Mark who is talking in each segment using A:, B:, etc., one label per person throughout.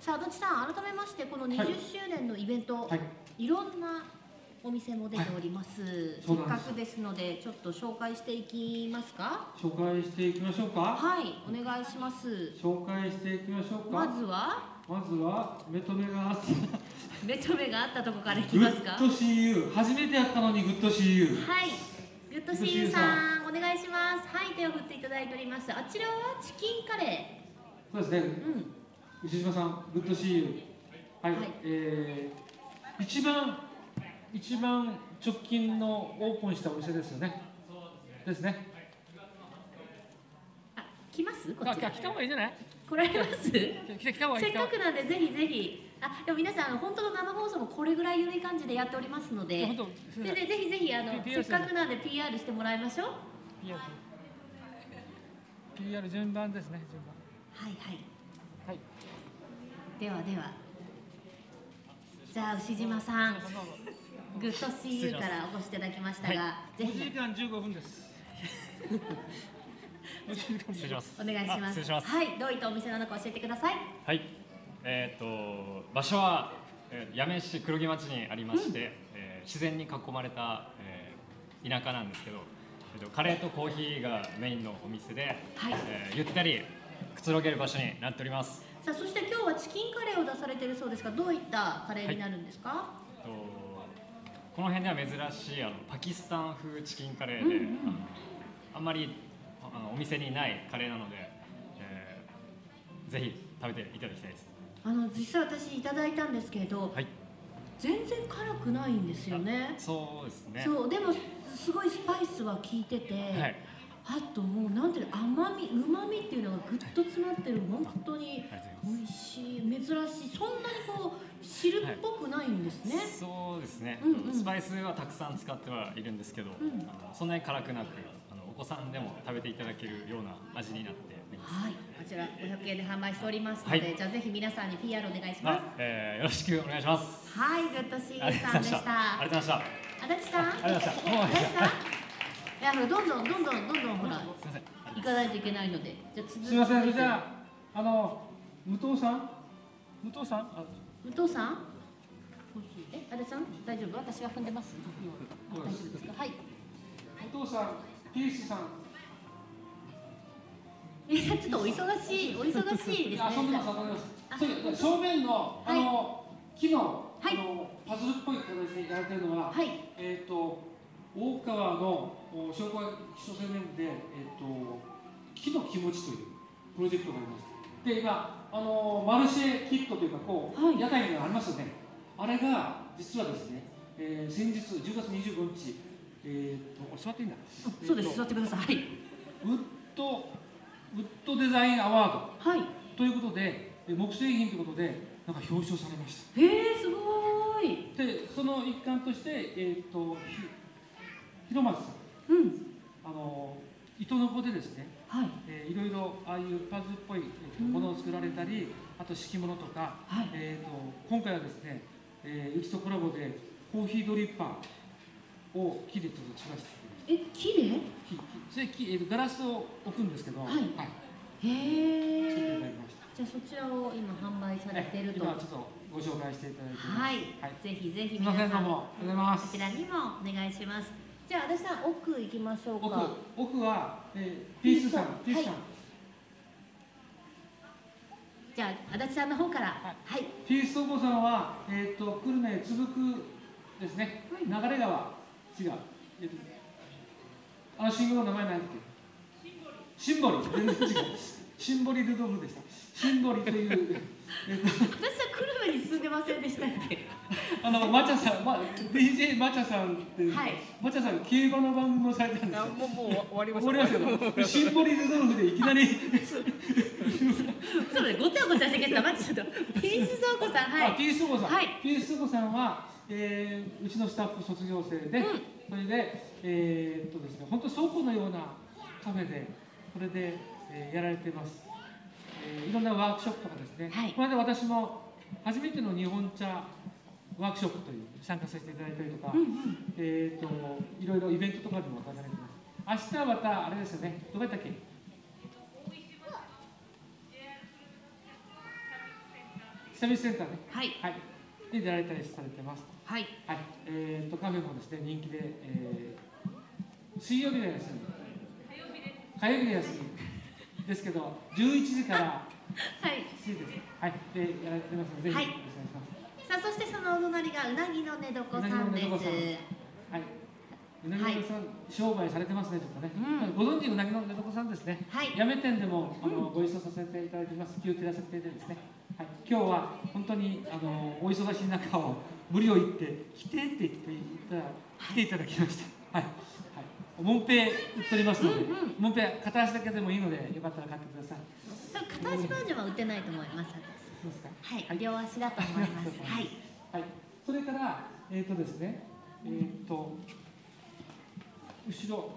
A: さあ足立さん改めましてこの20
B: はい
A: 周年のイベント、
B: はい
A: い、ろんなお店も出ております、せ
B: そう
A: っ
B: な
A: か
B: んです
A: くですのでちょっと紹介していきますか
B: 紹介していきましょうか
A: はいお願いします
B: 紹介していきましょう
A: ま
B: か
A: ずは
B: まずは目と目が合って
A: 目と目があったとこからいき
B: グ
A: ますか
B: ッ
A: は
B: ド CU 初めてやったのにグッド CU
A: いグッドシーンさんお願いしますはい手を振っていただいておりますあちらはチキンカレ
B: そうですね
A: ーうん
B: 牛島さんグッド CU はい、
A: はい
B: えー、一番一番直近のオープンしたお店ですよねですね
A: あ来ますこ
C: あ
A: っち
C: 来た方がいいんじゃない
A: 来られます
C: 来た来た方がいい
A: せっ
C: 来た方が
A: かくなんでぜひぜひあでも皆さんあの本当の生放送もこれぐらい緩い感じでやっておりますの
C: いい
A: で
C: 本当すみ
A: で
C: ませ
A: でぜひぜひあの
C: P-
A: せ
C: PR
A: っかくなんで PR してもらいましょうは
C: ん PR 順番ですね順番
A: いは
C: は
A: い
C: い
A: ではではじゃあ牛島さん
C: 皆さんどうぞ
A: グッド CU からお越しいただきましたが、ぜ
C: 1時
A: ひ
C: 間15分 です
D: 失礼します。
A: お願いし
D: あ
A: ます
D: 失礼します。
A: はいどういったお店なのか教えてください
D: はい。えっ、と場所は、えー、八女市黒木町にありまして、えー自然に囲まれた、えー田舎なんですけど、えーとカレーとコーヒーがメインのお店で、
A: はい
D: えーゆったりくつろげる場所になっております。
A: さあそして今日はチキンカレーを出されてるそうですがどういったカレーになるんですか、
D: えっとこの辺では珍しいあのパキスタン風チキンカレーで、
A: うんうん
D: あのあんまりあのお店にないカレーなので、えーぜひ食べていただきたいです。
A: あの実際私いただいたんですけれど、
D: はい
A: 全然辛くないんですよね
D: そうですね。
A: そうでもすごいスパイスは効いてて、
D: はい。
A: あともうなんていうの甘みうまみっていうのがぐっと詰まってる本当に
D: ありがとうございます。
A: 美味しい珍しいそんなにこう汁っぽくないんですね、
D: そうですね、
A: うんうん
D: スパイスはたくさん使ってはいるんですけど、
A: うん
D: あのそんなに辛くなくあのお子さんでも食べていただけるような味になっております、
A: はい、こちら500円で販売しておりますので、
D: はい
A: じゃあぜひ皆さんに PR お願いします
D: あえーよろしくお願いします
A: はい、グッドシ
D: あ
A: ー
D: り
A: ンさ
D: がと
A: んでし
D: うございました
A: た
D: ありがとうございま
A: 足立
D: した
A: さん
D: ありがとうございました
A: 足立さんいやほらどんどんどんどんどんどんほら
D: すいませんあり
A: 行
D: がとうござ
A: かない
D: います
A: といけないのでじゃあ続いて
B: すみませんそれじゃああの武藤さん
C: 武藤さんあ
A: 武藤さんえ足立さん大丈夫私が踏んでますあ大丈夫ですかはい
B: 武藤さんピースさん
A: えちょっとお忙しいお忙しいですね
B: あ遊んでます
A: は
B: 遊んでます
A: あ
B: そうです正面のあの、木の,、
A: はい
B: あのパズルっぽい形でいただいてるのは、
A: い
B: えっ、と大川のお商工基礎青年で、えっと木の気持ちというプロジェクトがありますで今あのマルシェキットというかこう、
A: はい
B: 屋台がありますよねあれが実はですね、えー先日10月25日えっ、とこれ座っていいんだ
A: うんそうです座ってくださいはい
B: ウッドウッドデザインアワード
A: はい
B: ということでえ木製品ということでなんか表彰されました
A: へえすごーい
B: でその一環としてえっ、とひ広松さん
A: うん
B: あの糸の子でですね、
A: はい
B: えーいろいろああいうパズルっぽい、えー
A: う
B: と
A: ん
B: ものを作られたりあと敷物とか、
A: はい
B: えー、と今回はですね、えーうちとコラボでコーヒードリッパーを木でちょっと散らして
A: え綺麗
B: 木木それ木、えーとガラスを置くんですけど、
A: はい
B: 作ってい
A: へ
B: ただ
A: え
B: きました
A: じゃあそちらを今販売されてる
B: えー
A: と
B: 今
A: は
B: ちょっとご紹介していただいてま
A: い
B: すはい、
A: ぜひぜ
B: す
A: ひ
B: みませ
A: 皆
B: んど
A: さ
B: うんも
A: こ
B: ありがとうございます
A: ちらにもお願いしますじゃあ足立さん奥行きましょう
B: 奥
A: か
B: 奥は、えーピースさん
A: ピ
B: ピ
A: ース
B: ー
A: さん
B: スさん、
A: じゃあ足立さんの方から
B: はい
A: はい
B: ピースお子さんは、えー、と久留米つぶくですね、流れ川、違う、えーとあの信号の名前なんだっけシンボリ、全然違う、シンボリルドルフでした、シンボリという、 えーと
A: 私は久留米に住んでませんでしたっけ
B: あのマチャさん、ま、DJ マチャさんって、
A: はい
B: マチャさん、競馬の番組をされたんですよ。
C: もうもう終わりまし
B: 終
C: た
B: わりますよ、シンボリルドルフでいきなり、
A: そうねごちゃごちゃしてきた待ってちょっとピース倉庫さんは
B: あ
A: い
B: ピースお子さん、
A: はい
B: ピースお子さんは、えーうちのスタッフ卒業生で、
A: うん
B: それで、えーっとですね、本当倉庫のようなカフェで、これで、えーやられてます、えーいろんなワークショップとかですね、
A: はい
B: この間私も初めての日本茶ワークショップという参加させていただいたりとか、
A: うんうん
B: えーっといろいろイベントとかにも出されてます。明日はまたあれですよね、どこやったっけ？サービスセンターね
A: はい
B: はいで出られたりされてます
A: はい
B: はいえー、とカフェもですね人気で、えー水曜日の休み火曜日です火曜日の休みですけど11時から
A: はい
B: 7時ですねはいでやられてますのでぜひ
A: は
B: よ
A: い
B: ろしくお願いします
A: さあそしてそのお隣がうなぎの寝床さんです
B: うなぎの寝床さんはいうなぎの寝床さん、商売されてますねちょっとね、
A: うん
B: ご存知うなぎの寝床さんですね
A: はい
B: やめ店でもあの、ご一緒させていただいてます旧テラス店でですね、はい、今日は本当にあのお忙しい中を無理を言って来てって言っていた来ていただきましたはい、はい、もんぺい売っておりますので、
A: うんうん
B: もんぺい片足だけでもいいのでよかったら買ってください
A: 多分片足バージョンは売ってないと思います
B: そうですか
A: 私はい両足だと思いますはい
B: はい、それから、えーとですね、えー、と後ろ、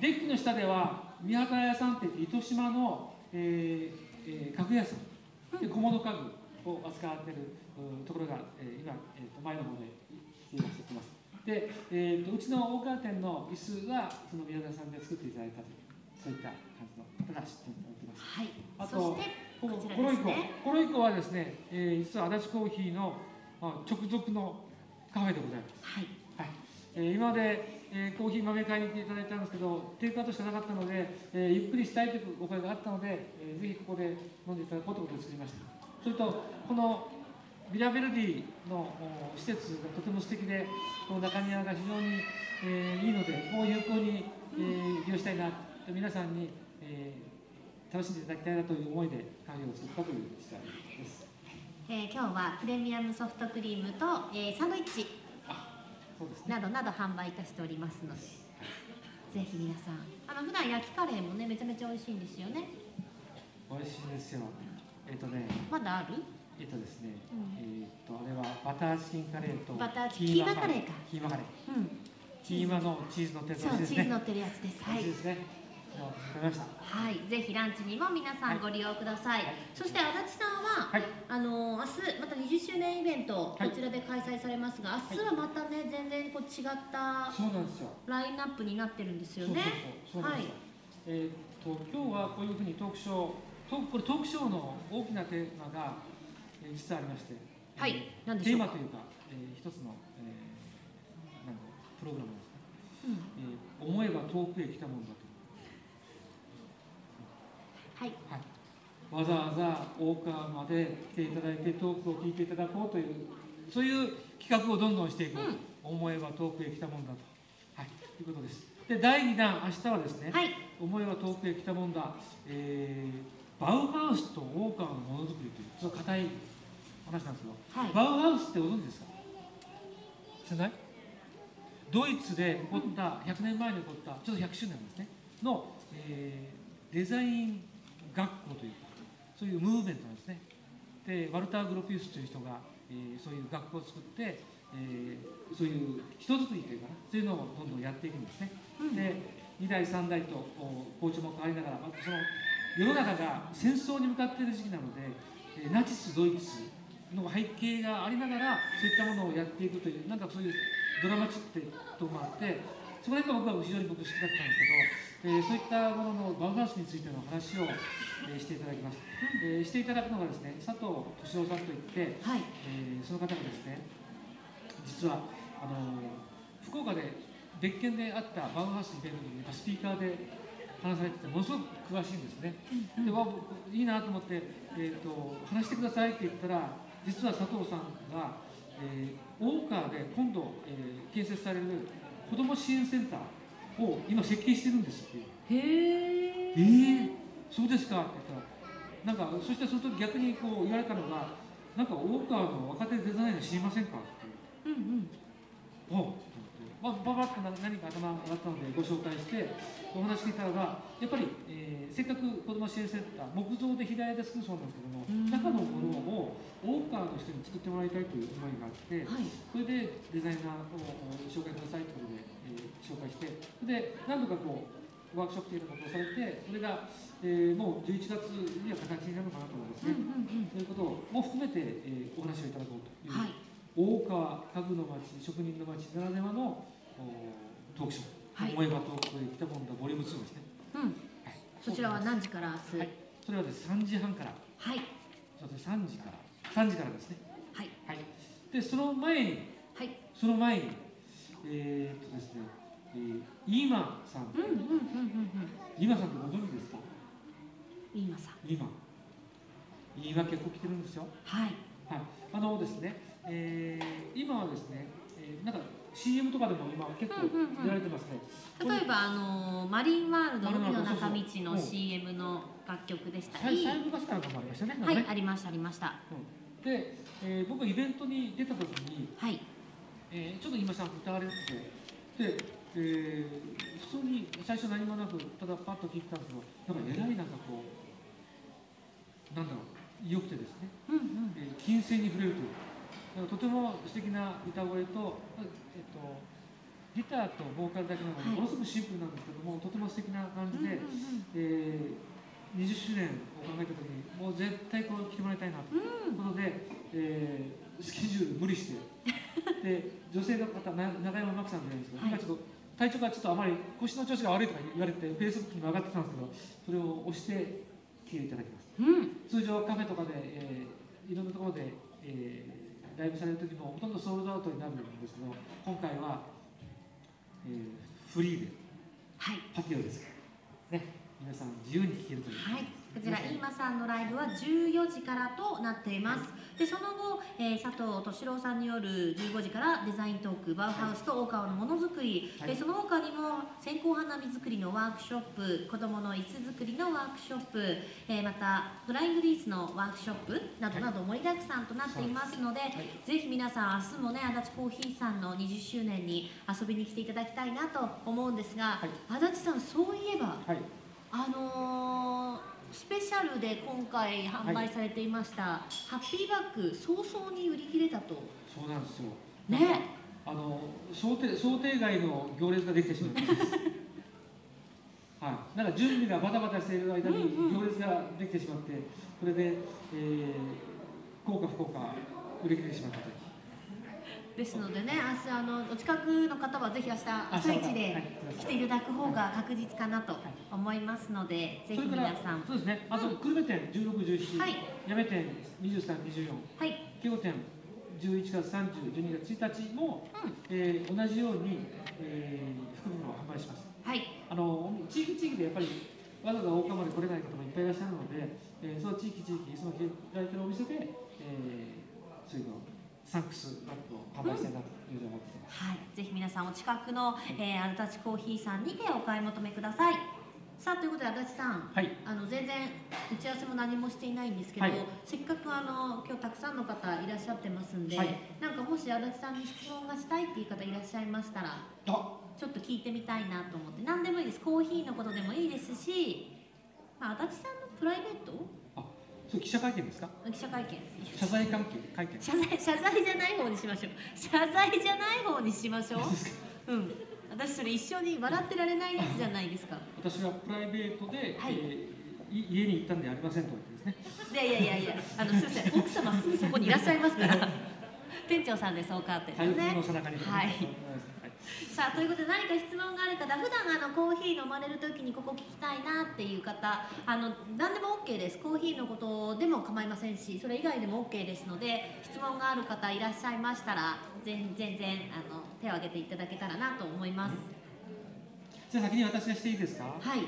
B: デッキの下では、三畑屋さんって言って、糸島の、えーえー家具屋さんで、小物家具を扱っているうんところが、えー今、えーと前の方でいらっしゃってます。で、えーとうちの大川店の椅子は、その宮田屋さんで作っていただいたという、そういった感じの方が知っていただいてます。
A: はい
B: あ
A: そして
B: とこ
A: こ
B: の
A: ちら
B: コロ
A: で
B: イ
A: す
B: コ
A: ね
B: コロイコはですね、えー、実は足立コーヒーのまあ直属のカフェでございます、
A: はい
B: はいえー今まで、えーコーヒー豆買いに行っていただいたんですけどテイクアウトしかなかったので、えーゆっくりしたいというお声があったので、えーぜひここで飲んでいただこうということで作りましたそれとこのビラベルディのお施設がとても素敵でこの中庭が非常に、えーいいのでここを有効に、えー利用したいなと皆さんに、えー楽しんでいただきたいなという思いでカフェを作ったという次第です
A: えー今日はプレミアムソフトクリームと、えーサンドイッチ
B: そうですね
A: などなど販売いたしておりますのでぜひ皆さんあの普段焼きカレーもねめちゃめちゃ美味しいんですよね
B: 美味しいですよえっ、とね
A: まだある
B: えっとですね、
A: うん
B: えーっとあれはバターチキンカレーと
A: バターチキンキ
B: マ
A: ーマカレーか
B: キーマカレー
A: うん
B: キーマのチーズの手
A: そ
B: 添えで
A: う
B: す
A: チーズ
B: ね
A: 乗ってるやつです
B: 美
A: は
B: 味
A: い
B: しいですねもう食べました
A: はい、ぜひランチにも皆さんご利用ください、
B: はい
A: そして足立さんは、
B: はい
A: あのー明日また20周年イベント
B: は
A: こ
B: い
A: ちらで開催されますが、明日はまたね全然こう違った
B: そうなんですよ
A: ラインナップになってるんですよね
B: そうそうそうそうなんですよ、えーっと今日はこういうふうにトークショートークこれトークショーの大きなテーマが、えー実はありまして
A: はい
B: えー
A: 何で
B: テ
A: しょ
B: ー
A: うか
B: マというか、えー一つの、えーなんだろうプログラムですね
A: うん、
B: えー思えば遠くへ来たもんだと
A: はい
B: はい、わざわざ大川まで来ていただいてトークを聞いていただこうというそういう企画をどんどんしていく、
A: うん
B: 思えば遠くへ来たもんだと、はい、いうことですで第2弾明日はですね、
A: はい
B: 思えば遠くへ来たもんだ、えーバウハウスと大川のものづくりというちょっと硬い話なんですけど、
A: はい
B: バウハウスってご存知ですか知らないドイツで起こった100年前に起こったちょっと100周年なんですねの、えーデザイン学校というかそういうムーブメントなんですねでワルター・グロピウスという人が、えーそういう学校を作って、えーそういう人づくりというかなそういうのをどんどんやっていくんですね、で2代3代とこう校長も変わりながらまたその世の中が戦争に向かっている時期なので、えーナチスドイツの背景がありながらそういったものをやっていくというなんかそういうドラマチックというとこもあってそこら辺が僕は非常に僕好きだったんですけど、えーそういったもののバウハウスについての話を、えーしていただきます、えーしていただくのがですね佐藤敏夫さんといって、
A: はい
B: えーその方がですね実はあのー福岡で別件であったバウハウスのイベントにやっぱスピーカーで話されててものすごく詳しいんですね、でわ僕いいなと思って、えーと「話してください」って言ったら実は佐藤さんが、えー、大川で今度、えー建設される子ども支援センターを今設計してるんですっていう。
A: へえ
B: えー、そうですかって言ったらなんかそしてその時逆にこう言われたのが「なんか大川の若手デザイナー知りませんか?」って
A: うんうん
B: 「おうと思ってばばばっとな何か頭上がったのでご紹介してお話聞いたらばやっぱり、えーせっかく子ども支援センター木造で平屋で作るそうなんですけども
A: うん
B: 中のものを大川の人に作ってもらいたいという思いがあって、
A: はい
B: それでデザイナーをお紹介くださいということで、えー紹介してそれで何度かこうワークショップというのをされてそれが、えーもう11月には形になるのかなと思います
A: うんう
B: ね
A: ん、うん
B: そういうことをも含めて、えーお話をいただこうという、
A: はい
B: 大川家具の町職人の町ならではのおトークショー、
A: はい
B: 思えばトークへ来たもんだボリューム2ですね、
A: うん
B: はい
A: そちらは何時から明日
B: はいそれはです3時半から
A: はい
B: そして3時から3時からですね。
A: はい
B: はい。でその前に
A: はい
B: その前にえー、っとですね、えー、イーマンさん、
A: うんうんうんうんうん
B: イーマンさんってご存知ですか？
A: 今さん
B: イーマン。イーマン結構来てるんですよ。
A: はい
B: はい、あのですね、えー、今はですね、えー、なんか CM とかでも今結構
A: うんうんうん
B: 出られてますね。
A: 例えばあのーマリンワールド海の中道
B: うん
A: の CM の楽曲でした
B: さい
A: り、
B: 財布ガスかなんかもありましたね。なん
A: は
B: か
A: い
B: ね
A: ありましたありました
B: で、えー、僕イベントに出た時に、
A: はい
B: えー、ちょっと今さん疑われてて、で、えー、普通に最初何もなくただパッと聞いてたんですけど、なんかえらいなんかこう、なんだろう、良くてですね。
A: うんうん
B: えー金星に触れるというなんかとても素敵な歌声と,、えっとギターとボーカルだけなの
A: はい
B: で、ものすごくシンプルなんですけどもとても素敵な感
A: うん
B: じ
A: うん
B: で、えー20周年を考えた時にもう絶対こう来てもらいたいなということで、えースケジュール無 理してで女性の方な中山真紀さんじゃないですけど、
A: はい
B: 今ちょっと体調がちょっとあまり腰の調子が悪いとか言われてフェイスブックにも上がってたんですけどそれを押して来ていただきます。
A: うんうん
B: 通常カフェとかで、えーいろんなところで、えーライブされる時もほとんどソールドアウトになるんですけど今回は、えーフリーで
A: はい
B: パティオですからね皆さん自由に聴けるという
A: はい、こちらイーマさんのライブは14時からとなっています。でその後、えー佐藤敏郎さんによる15時からデザイントークバウハウスと大川のものづくり、
B: はい
A: えーその他にも線香花火作りのワークショップ、子供の椅子作りのワークショップ、えーまたフライングリースのワークショップなどなど盛りだくさんとなっていますので、ぜひ皆さん明日もね足立コーヒーさんの20周年に遊びに来ていただきたいなと思うんですが、
B: はい
A: 足立さんそういえば。
B: はい
A: あのースペシャルで今回販売されていました、ハッピーバッグ早々に売り切れたと
B: そうなんですよ
A: ね
B: あの想定想定外の行列ができてしま いましたはい、なんか準備がバタバタしている間に
A: うんうん
B: 行列ができてしまって、これで、えー、効果不効果売り切れてしまったという
A: ですのでね明日あのお近くの方はぜひ明日朝
B: 明日
A: 一
B: は
A: で
B: いください
A: 来ていただく方が確実かなと思いますので、ぜひ
B: それか
A: 皆
B: ら
A: さん
B: そうですねあと久留米店1617、
A: はい
B: 矢部店2324
A: はい
B: 慶応店11月3012月1日も、
A: うん
B: えー同じように、えー、福袋を販売します
A: はい
B: あの地域地域でやっぱりわざわざ大川まで来れない方もいっぱいいらっしゃるので、えー、その地域地域その来ていただいてるお店で、えー、そういうのサンクスバッグを販売したいなというふうに思っています、
A: はい、ぜひ皆さんお近くの、えー、アルタチコーヒーさんにてお買い求めください。さあということで足立さん、
B: はい
A: あの全然打ち合わせも何もしていないんですけど、
B: はい
A: せっかくあの今日たくさんの方いらっしゃってますんで、
B: はい
A: なんかもし足立さんに質問がしたいっていう方いらっしゃいましたら、
B: あ
A: ちょっと聞いてみたいなと思って、何でもいいです。コーヒーのことでもいいですし、まあ足立さんのプライベート
B: そう記者会見ですか
A: 記者会見。
B: 謝罪関係会見
A: 謝罪謝罪じゃない方にしましょう謝罪じゃない方にしましょううん私それ一緒に笑ってられないやつじゃないですか
B: 私はプライベートで、
A: はい
B: えーい家に行ったんではありませんと言ってです
A: い
B: ね
A: やいやいやいやあのすいません奥様すぐそこにいらっしゃいますから店長さんですそうかって
B: 台風
A: ね
B: の背中に
A: はい
B: はい
A: さあということで何か質問がある方普段あのコーヒー飲まれる時にここ聞きたいなっていう方あの何でも OK ですコーヒーのことでも構いませんしそれ以外でも OK ですので質問がある方いらっしゃいましたら全全然あの手を挙げていただけたらなと思います
B: じゃあ先に私がしていいですか、
A: はい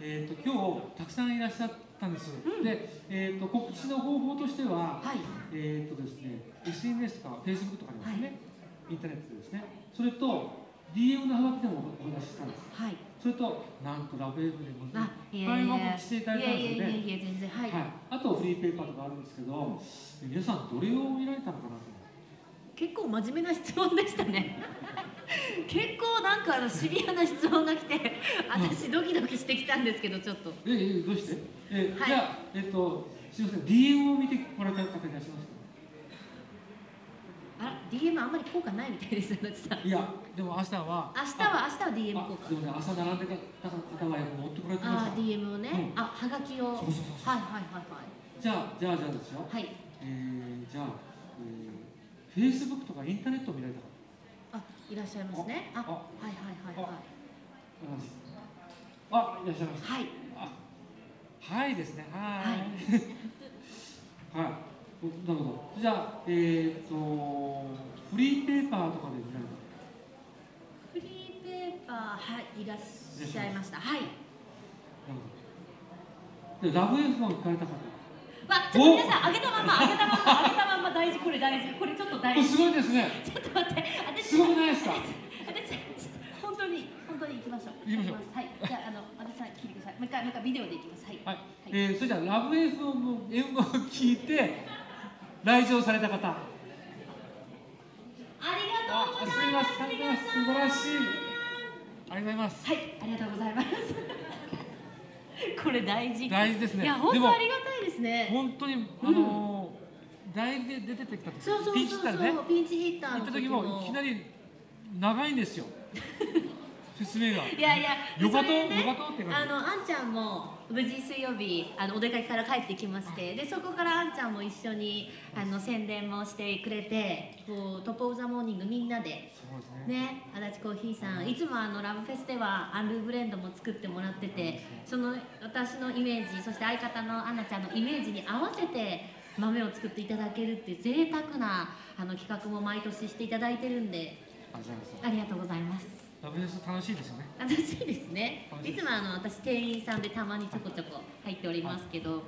B: えっと今日たくさんいらっしゃったんです、で、えっと告知の方法としては、
A: はい
B: えっとですね SNS とか Facebook とかにですね、
A: は
B: インターネットでですねそれと DM の幅でもお話ししたんです
A: はい
B: それとなんとラブウェブでも
A: あい
B: い
A: えい
B: っぱ
A: え
B: い
A: い
B: も告知していただいたんです
A: えいえい
B: よね
A: えいえ全然はい、
B: はい、あとフリーペーパーとかあるんですけど、皆さんどれを見られたのかなと思って
A: 結構真面目な質問でしたね 結構なんかあのシビアな質問が来て私ドキドキしてきたんですけどちょっと
B: ええどうして？え
A: はい
B: じゃあえっとすみません DM を見てもらった方いらっしゃいますか？
A: あ DM あんまり効果ないみたいです足立さん
B: いやでも明日は
A: 明日は明日は DM 効
B: あ
A: 果
B: でもね朝並んでた方はやっぱ持ってこられてまし
A: あ
B: た
A: ー。DM をね、
B: う
A: あはがきを
B: そうそうそうそう
A: はいはいは
B: じゃあじゃあじゃあですよ。
A: いはいはい
B: えー、じゃあ、えー、Facebook とかインターネットを見られた方。
A: あいらっしゃいますねあ
B: あ
A: はいはいはいは
B: あいらっしゃいました。
A: いはい
B: あはいですね。はーい。はい。なるほど。じゃあ、えっ、と、フリーペーパーとかで売られた。
A: フリーペーパーはいいらっしゃいましたはい
B: なるほど。で、ラブ F を聞かれた方。
A: わちょっと皆さん上げたまま上げたまま上げたまま大事これ大事これちょっと大
B: お
A: 事
B: すごいですね。
A: ちょっと待って私
B: すごくないですか
A: 私ちょっと本当に本当に行きましょう
B: 行きましょう
A: うはいじゃああの私さん聞いてくださいもう一回もう一回ビデオで行きますはい
B: はい、えーそれじゃあラブ F の演舞を聞いて来場された方あ
A: ありがとうございます
B: すみませんありがとうございます素晴らしいありがとうございます
A: はい、ありがとうござい ます。これ大事。
B: 大事ですね
A: いや、本
B: でも
A: 当ありがたいですね。
B: 本当にあのー代理で出てた時
A: そうそうそうそう、
B: ピンチヒッターでね
A: ピンチヒッター
B: 行
A: の
B: った時もいきなり長い んですよ説明が
A: いやいや、
B: よかと
A: それで
B: よかとって感じ
A: あの、あんちゃんも無事水曜日、あのお出かけから帰ってきまして、で、そこからあんちゃんも一緒に。あの宣伝もしてくれて、こうトップオブザモーニングみんなで。
B: そうですね
A: ね、足立コーヒーさん、いつもあのラブフェスではアンルーブレンドも作ってもらってて、その私のイメージ、そして相方のアンナちゃんのイメージに合わせて豆を作っていただけるっていう贅沢なあの企画も毎年していただいてるんで、
B: ありがとうございます
A: ありがとうございます。
B: ラブ F 楽しいですよね
A: 楽しいですね
B: 楽。し
A: い
B: いで
A: つ
B: す
A: もあの私店員さんでたまにちょこちょこ入っておりますけど、